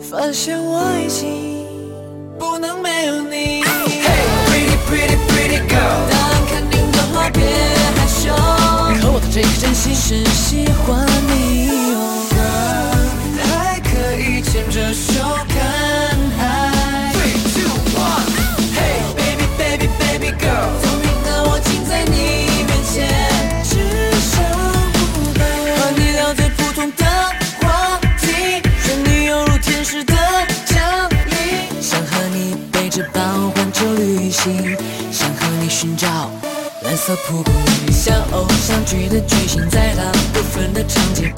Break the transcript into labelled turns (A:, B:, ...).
A: 发现我已经不能没有你。
B: Pretty, pretty, pretty girl.
A: 答案肯定的话，别害羞。可我的这一真心是喜欢你，oh 哦。
B: 还可以牵着手看海。Three, two, one. Hey, baby, baby, baby girl.
A: 聪明的我尽在你面前，只想孤单。和你聊最普通的话题，让你犹如天使的降临。想和你背着包环球旅行，想和你寻找蓝色瀑布，像偶像剧的剧情，在大部分的场景。